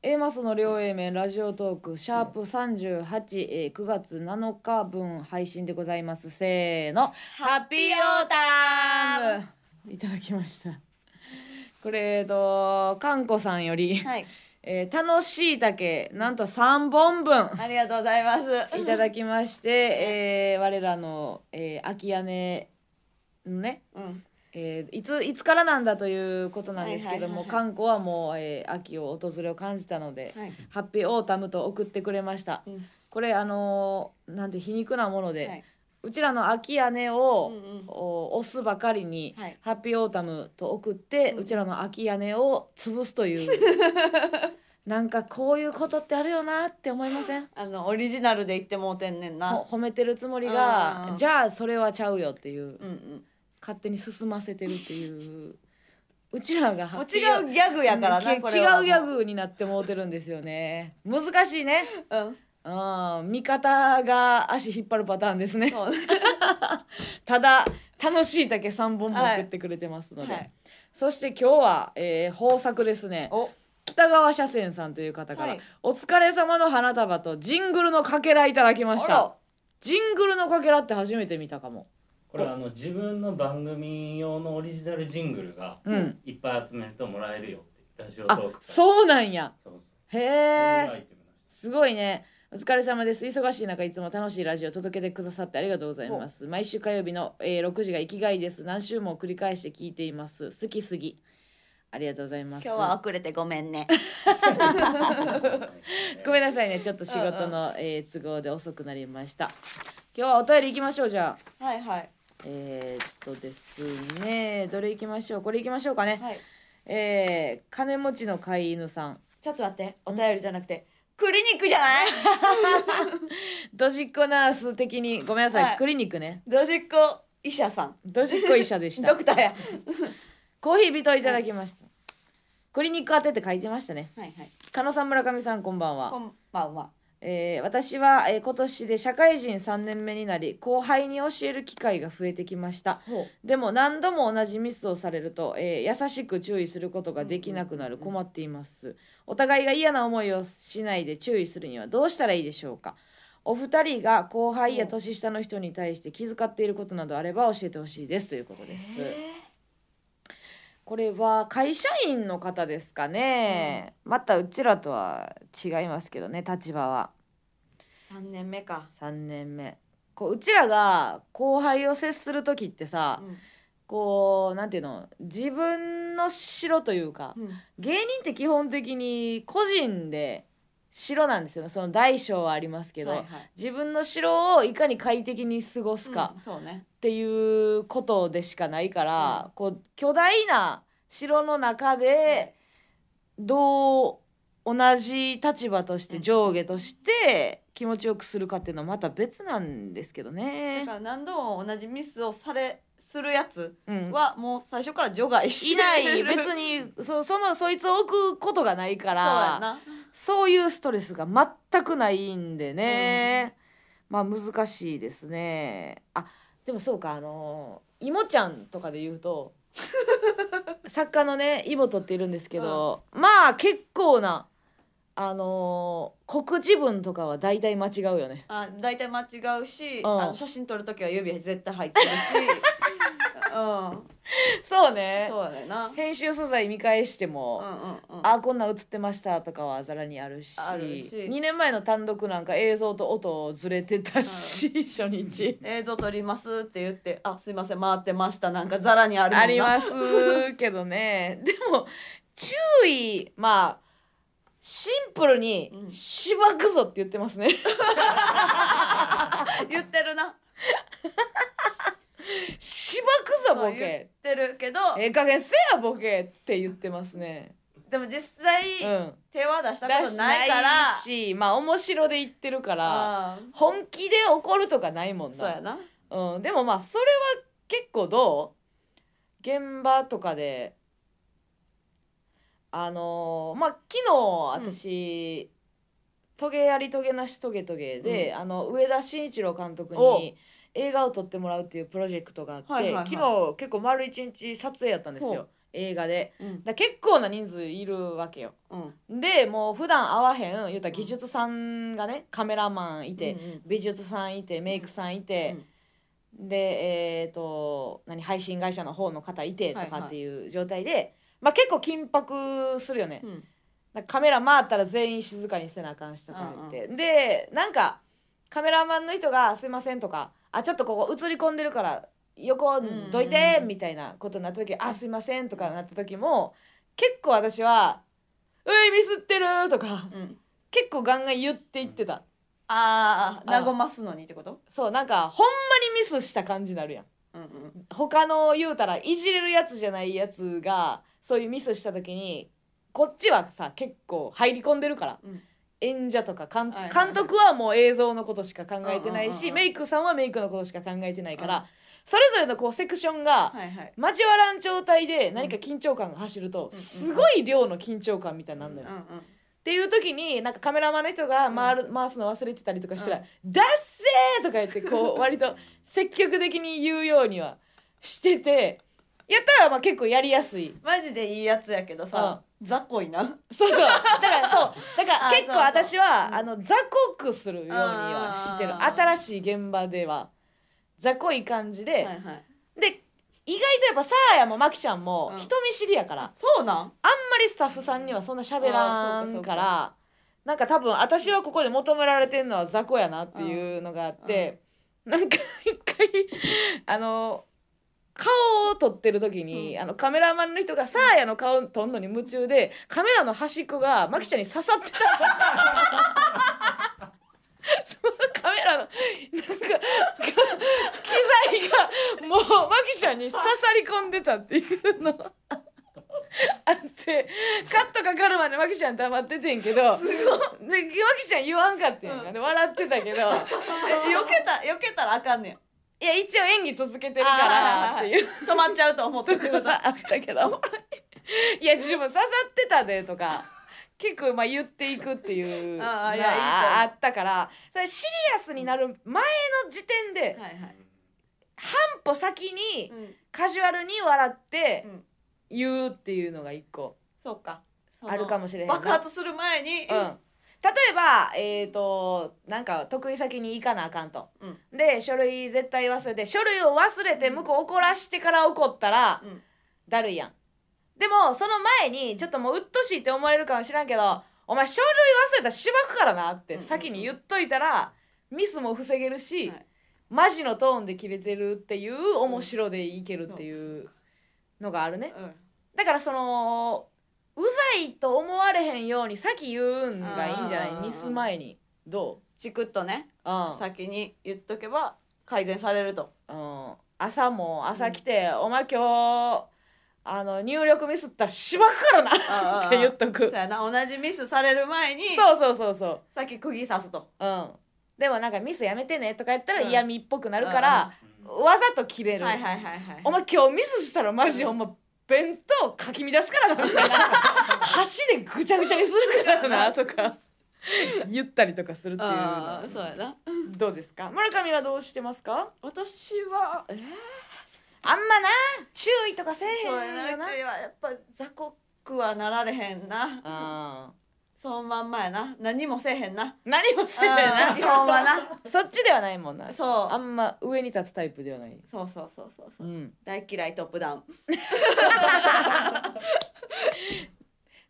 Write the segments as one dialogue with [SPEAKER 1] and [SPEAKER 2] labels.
[SPEAKER 1] エマスの両 A 面ラジオトークシャープ38、えー、9月7日分配信でございますせーのハッピーオータムいただきましたこれえっとかんこさんより、
[SPEAKER 2] はい、
[SPEAKER 1] えー、楽しいたけなんと3本分
[SPEAKER 2] ありがとうございます。
[SPEAKER 1] いただきまして、えー、我らの、えー、秋屋根のね
[SPEAKER 2] うん、
[SPEAKER 1] えーいついつからなんだということなんですけども、
[SPEAKER 2] はいはいはい
[SPEAKER 1] 観光はもう、えー秋を訪れを感じたので、
[SPEAKER 2] はい、
[SPEAKER 1] ハッピーオータムと送ってくれました。
[SPEAKER 2] うん
[SPEAKER 1] これあのーなんて皮肉なもので、
[SPEAKER 2] はい、
[SPEAKER 1] うちらの秋屋根
[SPEAKER 2] うん
[SPEAKER 1] を、
[SPEAKER 2] うん
[SPEAKER 1] お押すばかりに、
[SPEAKER 2] はい
[SPEAKER 1] ハッピーオータムと送って、う
[SPEAKER 2] う
[SPEAKER 1] んちらの秋屋根を潰すと いう。なんかこういうことってあるよなって思いません。
[SPEAKER 2] あのオリジナルで言ってもうてんねんな。
[SPEAKER 1] ほ褒めてるつもり
[SPEAKER 2] うんう
[SPEAKER 1] が
[SPEAKER 2] ん
[SPEAKER 1] じゃあそれはちゃうよっていう、
[SPEAKER 2] うんうん、
[SPEAKER 1] 勝手に進ませてるっていううちらがハ
[SPEAKER 2] もう
[SPEAKER 1] ッピーオー
[SPEAKER 2] 違うギャグやからな。
[SPEAKER 1] け
[SPEAKER 2] こ
[SPEAKER 1] 違
[SPEAKER 2] れは
[SPEAKER 1] うギャ。グになってもうてるんですよね難しいね
[SPEAKER 2] うん、
[SPEAKER 1] うん味方が足引っ張るパターンですね
[SPEAKER 2] そう
[SPEAKER 1] ただ楽しいだけ3本も送ってくれてますので、
[SPEAKER 2] はい
[SPEAKER 1] そして今日は、えー豊作ですね
[SPEAKER 2] お、
[SPEAKER 1] 北川車線さんという方から、
[SPEAKER 2] はい
[SPEAKER 1] お疲れ様の花束とジングルのかけらいただきまし
[SPEAKER 2] あ
[SPEAKER 1] た
[SPEAKER 2] ら
[SPEAKER 1] ジングルのかけらって初めて見たかも
[SPEAKER 3] これあの自分の番組用のオリジナルジングルが
[SPEAKER 1] うん
[SPEAKER 3] いっぱい集めるともらえるよってラジオト
[SPEAKER 1] あ
[SPEAKER 3] ークから
[SPEAKER 1] そうなんや
[SPEAKER 3] そうそ
[SPEAKER 1] へ
[SPEAKER 3] うそういう
[SPEAKER 1] え
[SPEAKER 3] アイテムなんです
[SPEAKER 1] すごいねお疲れ様です忙しい中いつも楽しいラジオ届けてくださってありがとうございます毎週火曜日の、えー6時が生きがいです何週も繰り返して聞いています好きすぎありがとうございま
[SPEAKER 2] 今
[SPEAKER 1] す
[SPEAKER 2] 日は遅れてごめんね。
[SPEAKER 1] ごめん
[SPEAKER 3] な
[SPEAKER 1] なさいねちょっと仕事の、えー都合で遅くなりました今日はお便り行きましょうじゃあ
[SPEAKER 2] はいはい
[SPEAKER 1] えー、っとですねどれ行きましょうこれ行きましょうかね、
[SPEAKER 2] はい。
[SPEAKER 1] えー金持ちの飼い犬さん
[SPEAKER 2] ちょっと待って、お便りじゃなくてクリニックじゃ ない？
[SPEAKER 1] ドジっ子ナース的にごめんなさい、
[SPEAKER 2] はい
[SPEAKER 1] クリニックね
[SPEAKER 2] ドジっ子医者さん、
[SPEAKER 1] ドジっ子医者でした
[SPEAKER 2] ドクターや。
[SPEAKER 1] コーヒー人いただきました、クリニック当てって書いてましたね
[SPEAKER 2] はいはい。
[SPEAKER 1] 加野さん村上さんこんばん
[SPEAKER 2] こ
[SPEAKER 1] は、
[SPEAKER 2] んばんは。
[SPEAKER 1] えー私は、えー今年で社会人3年目になり後輩に教える機会が増えてきました
[SPEAKER 2] ほ
[SPEAKER 1] でも何度も同じミスをされると、えー優しく注意することができなくなる
[SPEAKER 2] うんうんうん
[SPEAKER 1] 困っていますお互いが嫌な思いをしないで注意するにはどうしたらいいでしょうかお二人が後輩や年下の人に対して気遣っていることなどあれば教えてほしいですということ
[SPEAKER 2] う。
[SPEAKER 1] です、
[SPEAKER 2] へ
[SPEAKER 1] これは会社員の方ですかね、またうちらとは違いますけどね立場は
[SPEAKER 2] ー三年目か。
[SPEAKER 1] 3年目こううちらが後輩を接する時ってさ、
[SPEAKER 2] う
[SPEAKER 1] こうなんていうの自分の城というか、
[SPEAKER 2] んうん
[SPEAKER 1] 芸人って基本的に個人で城なんですよねその大小はありますけど、
[SPEAKER 2] はいはい
[SPEAKER 1] 自分の城をいかに快適に過ごすか
[SPEAKER 2] うんそうね。
[SPEAKER 1] っていうことでしかないから、
[SPEAKER 2] うん
[SPEAKER 1] こう巨大な城の中でどう同じ立場として上下として気持ちよくするかっていうのはまた別なんですけど
[SPEAKER 2] だ
[SPEAKER 1] ね
[SPEAKER 2] か。ら何度も同じミスをされするやつ
[SPEAKER 1] うん、
[SPEAKER 2] はもう最初から除外し
[SPEAKER 1] いない別
[SPEAKER 2] そう
[SPEAKER 1] にそそのそいつを置くことがないか
[SPEAKER 2] や
[SPEAKER 1] ら
[SPEAKER 2] な
[SPEAKER 1] そういうストレスが全くないんでね、まあ難しいですねあでもそうかあのいもちゃんとかで言う と作家のねイボトっているんですけど、まあ結構なあのー告知文とかは大体間違うよね
[SPEAKER 2] あ大体間違うし、
[SPEAKER 1] うん
[SPEAKER 2] あの写真撮るときは指絶対入ってる しうん
[SPEAKER 1] そうね
[SPEAKER 2] そうやな
[SPEAKER 1] 編集素材見返して
[SPEAKER 2] うんう
[SPEAKER 1] も、
[SPEAKER 2] んうん
[SPEAKER 1] あこんなん映ってましたとかはざらにあるし
[SPEAKER 2] あるし
[SPEAKER 1] 2年前の単独なんか映像と音ずれてたし、初日。
[SPEAKER 2] 映像撮りますって言って「あすいません回ってました」なんかザラにあるもんな
[SPEAKER 1] ありますけど ねでも注意まあシンプルに
[SPEAKER 2] う
[SPEAKER 1] 「
[SPEAKER 2] ん
[SPEAKER 1] しばくぞ」って言ってますね
[SPEAKER 2] 言ってるな言っ
[SPEAKER 1] しばくぞボ
[SPEAKER 2] そう言
[SPEAKER 1] ケ
[SPEAKER 2] てるけど
[SPEAKER 1] ええ加減せやボケって言ってますね
[SPEAKER 2] でも実
[SPEAKER 1] う
[SPEAKER 2] 際
[SPEAKER 1] ん
[SPEAKER 2] 手は出し
[SPEAKER 1] 出
[SPEAKER 2] たこと
[SPEAKER 1] し
[SPEAKER 2] ないから
[SPEAKER 1] ないしまあ面白で言ってるから
[SPEAKER 2] うん
[SPEAKER 1] 本気で怒るとかないもん
[SPEAKER 2] そうや
[SPEAKER 1] な
[SPEAKER 2] な
[SPEAKER 1] う、ん、でもまあそれは結構どう現場とかであのーまあ昨日私、トゲやりトゲなしトゲトゲで、あの上田慎一郎監督
[SPEAKER 2] お
[SPEAKER 1] に映画を撮ってもらうっていうプロジェクトがあって、
[SPEAKER 2] はいはいはい
[SPEAKER 1] 昨日結構丸一日撮影やったんですよ映画で
[SPEAKER 2] うん
[SPEAKER 1] だから結構な人数いるわけよ
[SPEAKER 2] うん
[SPEAKER 1] でもう普段会わへん言うたら技術さんがねカメラマンいて、
[SPEAKER 2] うん
[SPEAKER 1] 美術さんいてメイクさんいて、でえっ、と何配信会社の方の方いてと
[SPEAKER 2] はい
[SPEAKER 1] か
[SPEAKER 2] はい
[SPEAKER 1] っていう状態で、まあ結構緊迫するよね、
[SPEAKER 2] うん
[SPEAKER 1] なんかカメラ回ったら全員静かにせなあかんしとか言って、でなんかカメラマンの人が「すいません」とか「あちょっとここ映り込んでるから横どい
[SPEAKER 2] うんうん
[SPEAKER 1] て
[SPEAKER 2] う」ん
[SPEAKER 1] みたいなことになった時「あすいません」とかなった時も結構私は「ういミスってる」とか
[SPEAKER 2] うん
[SPEAKER 1] 結構ガンガン言っていってた
[SPEAKER 2] あ
[SPEAKER 1] あ
[SPEAKER 2] あ和ますのにってこと
[SPEAKER 1] そうなんかほんまにミスした感じになるやん
[SPEAKER 2] うんうん
[SPEAKER 1] 他の言うたらいじれるやつじゃないやつがそういうミスした時にこっちはさ結構入り込んでるから、
[SPEAKER 2] うん
[SPEAKER 1] 演者とか監,、
[SPEAKER 2] はいはいはい
[SPEAKER 1] 監督はもう映像のことしか考えてない
[SPEAKER 2] うんうんうん
[SPEAKER 1] し、
[SPEAKER 2] うん
[SPEAKER 1] メイクさんはメイクのことしか考えてないから、
[SPEAKER 2] うん
[SPEAKER 1] それぞれのこうセクションが
[SPEAKER 2] はいはい
[SPEAKER 1] 交わらん状態で何か緊張感が走ると、
[SPEAKER 2] うんうん
[SPEAKER 1] すごい量の緊張感みたいになるのよ。
[SPEAKER 2] うんうん
[SPEAKER 1] っていう時になんかカメラマンの人が回る、回すの忘れてたりとかしたら
[SPEAKER 2] う
[SPEAKER 1] 「ダッセー!」とか言ってこう割と積極的に言うようにはしててやったらまあ結構やりやすい。
[SPEAKER 2] マジでいいやつやけどさ雑魚いなよ
[SPEAKER 1] そうそうだから そうだから
[SPEAKER 2] あ
[SPEAKER 1] 結構
[SPEAKER 2] そうそう
[SPEAKER 1] 私は
[SPEAKER 2] うん
[SPEAKER 1] あの雑魚くするようにはしてる
[SPEAKER 2] あー
[SPEAKER 1] 新しい現場では雑魚い感じ
[SPEAKER 2] はい
[SPEAKER 1] で、
[SPEAKER 2] はい
[SPEAKER 1] で意外とやっぱサーヤもマキちゃんも
[SPEAKER 2] うん
[SPEAKER 1] 人見知りやから、
[SPEAKER 2] そうなん
[SPEAKER 1] あんまりスタッフさんにはそんな喋ら
[SPEAKER 2] あーそ
[SPEAKER 1] ん
[SPEAKER 2] うかそう
[SPEAKER 1] か
[SPEAKER 2] から
[SPEAKER 1] なんか多分私はここで求められてんのは雑魚やなっていうのがあって、なんか一回あの顔を撮ってる時に、
[SPEAKER 2] うん
[SPEAKER 1] あのカメラマンの人がサーヤの顔撮るのに夢中でカメラの端っこがマキちゃんに刺さって たそのカメラのなんか機材がもうマキちゃんに刺さり込んでたっていうのがあってカットかかるまでマキちゃん黙っててんけど
[SPEAKER 2] すごい
[SPEAKER 1] でマキちゃん言わんかってんやんかで笑って たけど
[SPEAKER 2] 避けた避けたらあかんねん
[SPEAKER 1] いや一応演技続けてるからっていう
[SPEAKER 2] 止まっちゃうと思って
[SPEAKER 1] と こがあったけ どいや自分刺さってたでとか結構まあ言っていくっていうの
[SPEAKER 2] あ
[SPEAKER 1] が
[SPEAKER 2] あいやいいと
[SPEAKER 1] あったからそれシリアスになる前の時点で
[SPEAKER 2] はいはい
[SPEAKER 1] 一歩先に
[SPEAKER 2] うん
[SPEAKER 1] カジュアルに笑って
[SPEAKER 2] うん
[SPEAKER 1] 言うっていうのが一個
[SPEAKER 2] そうか
[SPEAKER 1] あるかもしれへんな
[SPEAKER 2] 爆発する前に
[SPEAKER 1] うん、例えばえっ、となんか得意先に行かなあかんと、
[SPEAKER 2] う
[SPEAKER 1] で書類絶対忘れて書類を忘れて向こう怒らしてから怒ったら
[SPEAKER 2] うん
[SPEAKER 1] だるいやんでもその前にちょっともう鬱陶しいって思われるかもしらんけどお前書類忘れたらしばくからなっ
[SPEAKER 2] うん
[SPEAKER 1] て
[SPEAKER 2] うんうん
[SPEAKER 1] 先に言っといたらミスも防げるし、
[SPEAKER 2] はい
[SPEAKER 1] マジのトーンで切れてるっていう面白でいけるっていうのがあるね
[SPEAKER 2] うん
[SPEAKER 1] だからそのうざいと思われへんように先言うんがいいんじゃない
[SPEAKER 2] あー
[SPEAKER 1] ミス前にど
[SPEAKER 2] チクッとね
[SPEAKER 1] う、うん
[SPEAKER 2] 先に言っとけば改善されると
[SPEAKER 1] うん、朝も朝来て「お前今日あの入力ミスったらしばくからな」
[SPEAKER 2] あー
[SPEAKER 1] って言っと
[SPEAKER 2] そ
[SPEAKER 1] く
[SPEAKER 2] うやな同じミスされる前に
[SPEAKER 1] そうそうそうそ
[SPEAKER 2] 先釘刺すと
[SPEAKER 1] ううんでもなんかミスやめてねとか言ったら
[SPEAKER 2] うん
[SPEAKER 1] 嫌味っぽくなるから、
[SPEAKER 3] うん
[SPEAKER 1] わざと切れ
[SPEAKER 2] はい
[SPEAKER 1] る、
[SPEAKER 2] はいはいはい
[SPEAKER 1] お前今日ミスしたらマジ
[SPEAKER 2] うん
[SPEAKER 1] ほんま弁当かき乱すからなみたいな箸でぐちゃぐちゃにするからなとか 言ったりとかするっていうの
[SPEAKER 2] あーそうやな
[SPEAKER 1] どうですか村上はどうしてますか
[SPEAKER 2] 私はえー
[SPEAKER 1] あんまな注意とかせえへん
[SPEAKER 2] そうや
[SPEAKER 1] よ
[SPEAKER 2] な
[SPEAKER 1] な
[SPEAKER 2] うちはやっぱ雑魚くはなられへんな
[SPEAKER 1] あ
[SPEAKER 2] そのまんまやな何もせえへんな
[SPEAKER 1] ー何もせえへん
[SPEAKER 2] うん基
[SPEAKER 1] な
[SPEAKER 2] 本はな
[SPEAKER 1] そっちではないもんな
[SPEAKER 2] そう
[SPEAKER 1] あんま上に立つタイプではない
[SPEAKER 2] そうそうそうそうそううん大嫌いトップダウン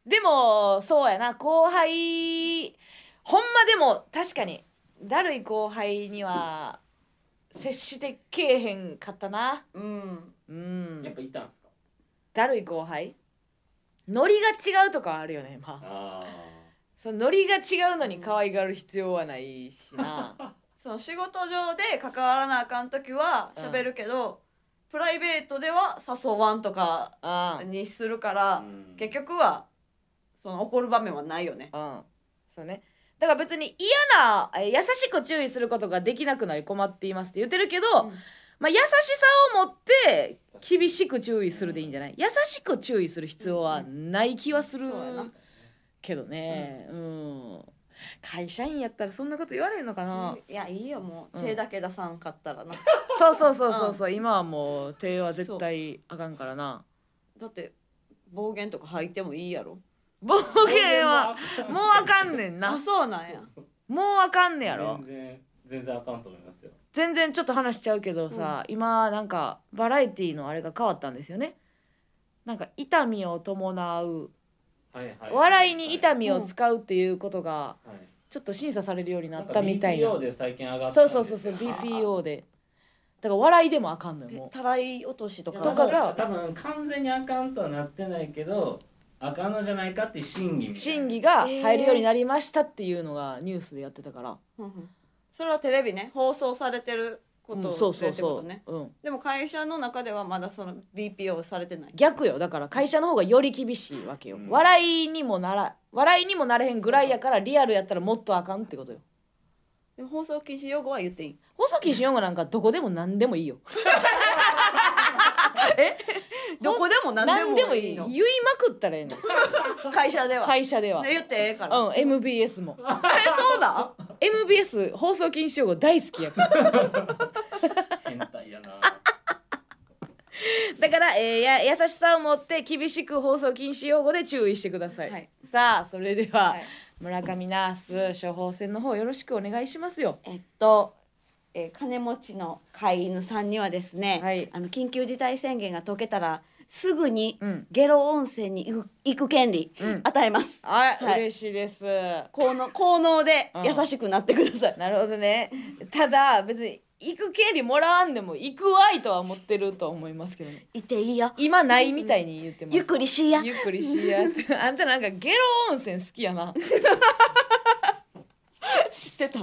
[SPEAKER 1] でもそうやな後輩ほんまでも確かにだるい後輩には接してけえへんかったな
[SPEAKER 2] うん
[SPEAKER 1] う
[SPEAKER 3] やっ
[SPEAKER 1] ん
[SPEAKER 3] ぱいたんすか
[SPEAKER 1] だるい後輩ノリが違うとかはあるよねまあ
[SPEAKER 3] あ
[SPEAKER 1] そのノリが違うのに可愛がる必要はないしな
[SPEAKER 2] その仕事上で関わらなあかん時は喋るけど、プライベートでは誘わんとか
[SPEAKER 1] あ
[SPEAKER 2] にするか
[SPEAKER 3] あ
[SPEAKER 2] ら、結局はその怒る場面はないよね。
[SPEAKER 1] うんそうねだから別に嫌なえー優しく注意することができなくなり困っていますって言ってるけど、
[SPEAKER 2] うん
[SPEAKER 1] まあ、優しさを持って厳しく注意するでいいんじゃない優しく注意する必要はない気はする
[SPEAKER 2] そうやな
[SPEAKER 1] けどねうん、会社員やったらそんなこと言われるのかな、
[SPEAKER 2] いやいいよもう、
[SPEAKER 1] うん
[SPEAKER 2] 手だけ出さんかったらな
[SPEAKER 1] そうそうそうそうそう今はもう手は絶対あかんからな
[SPEAKER 2] だって暴言とか吐いてもいいやろ
[SPEAKER 1] 暴言はもうあかんねんな
[SPEAKER 2] あそうなんや
[SPEAKER 1] もうあかんねやろ
[SPEAKER 3] 全然全然あかんと思いますよ
[SPEAKER 1] 全然ちょっと話しちゃうけどさ、今なんかバラエティのあれが変わったんですよねなんか痛みを伴う
[SPEAKER 3] はいはい
[SPEAKER 1] 笑いに痛みを使うっていうことが
[SPEAKER 3] はいはい
[SPEAKER 1] ちょっと審査されるようになったみたいな
[SPEAKER 3] BPO で最近上がったん
[SPEAKER 1] そうそうそうそう
[SPEAKER 3] ですよ
[SPEAKER 1] BPO でだから笑いでもあかんのよ
[SPEAKER 2] え
[SPEAKER 1] も
[SPEAKER 2] たらい落としと
[SPEAKER 3] いや
[SPEAKER 2] か
[SPEAKER 1] とかが
[SPEAKER 3] もう多分完全にあかんとはなってないけどあかんのじゃないかっていう審議みたいな
[SPEAKER 1] う審議が入るようになりましたっていうのがニュースでやってたから、
[SPEAKER 2] うんうんそれはテレビね放送されてるこ
[SPEAKER 1] うん
[SPEAKER 2] と
[SPEAKER 1] そう
[SPEAKER 2] で
[SPEAKER 1] そう
[SPEAKER 2] ってこ
[SPEAKER 1] そ
[SPEAKER 2] と
[SPEAKER 1] う、
[SPEAKER 2] ね
[SPEAKER 1] うん、
[SPEAKER 2] でも会社の中ではまだその BPO されてない
[SPEAKER 1] 逆よだから会社の方がより厳しいわけよ、
[SPEAKER 3] うん
[SPEAKER 1] 笑いにもなら笑いにもなれへんぐらいやからリアルやったらもっとあかんってことよ
[SPEAKER 2] でも放送禁止用語は言っていい
[SPEAKER 1] 細木慎吾なんかどこでも何でもいいよ
[SPEAKER 2] どこでも
[SPEAKER 1] 何
[SPEAKER 2] 何
[SPEAKER 1] で
[SPEAKER 2] で
[SPEAKER 1] も
[SPEAKER 2] も
[SPEAKER 1] い
[SPEAKER 2] い
[SPEAKER 1] い
[SPEAKER 2] い
[SPEAKER 1] 言
[SPEAKER 2] の
[SPEAKER 1] いまくったらええの
[SPEAKER 2] 会社では
[SPEAKER 1] 会社では
[SPEAKER 2] ね言ってええか
[SPEAKER 1] う
[SPEAKER 2] ら
[SPEAKER 1] ん MBS も
[SPEAKER 2] え そうだ
[SPEAKER 1] MBS 放送禁止用語大好きやから
[SPEAKER 3] 変態やな
[SPEAKER 1] だから、えーや優しさを持って厳しく放送禁止用語で注意してください、
[SPEAKER 2] はい
[SPEAKER 1] さあそれでは、
[SPEAKER 2] はい
[SPEAKER 1] 村上ナース処方箋の方よろしくお願いしますよ
[SPEAKER 2] えっと、えー金持ちの飼い犬さんにはですね、
[SPEAKER 1] はい
[SPEAKER 2] あの緊急事態宣言が解けたらすぐに
[SPEAKER 1] うん
[SPEAKER 2] ゲロ温泉に行く行く権利
[SPEAKER 1] うん
[SPEAKER 2] 与えます、
[SPEAKER 1] はい、
[SPEAKER 2] はい
[SPEAKER 1] 嬉しいです
[SPEAKER 2] 効能効能で
[SPEAKER 1] うん
[SPEAKER 2] 優しくなってください、
[SPEAKER 1] なるほどねただ別に行く権利もらわんでも行くわいとは思ってるとは思いますけどね
[SPEAKER 2] 行っていいよ
[SPEAKER 1] 今ないみたいに言ってます、
[SPEAKER 2] ゆっくりしいや
[SPEAKER 1] ゆっくりしいやってあんたなんかゲロ温泉好きやな
[SPEAKER 2] 知ってた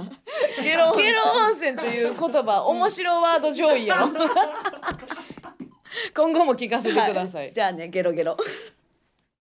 [SPEAKER 1] ゲロ温泉という言葉面白ワード上位やろ今後も聞かせてください
[SPEAKER 2] じゃあねゲロゲロ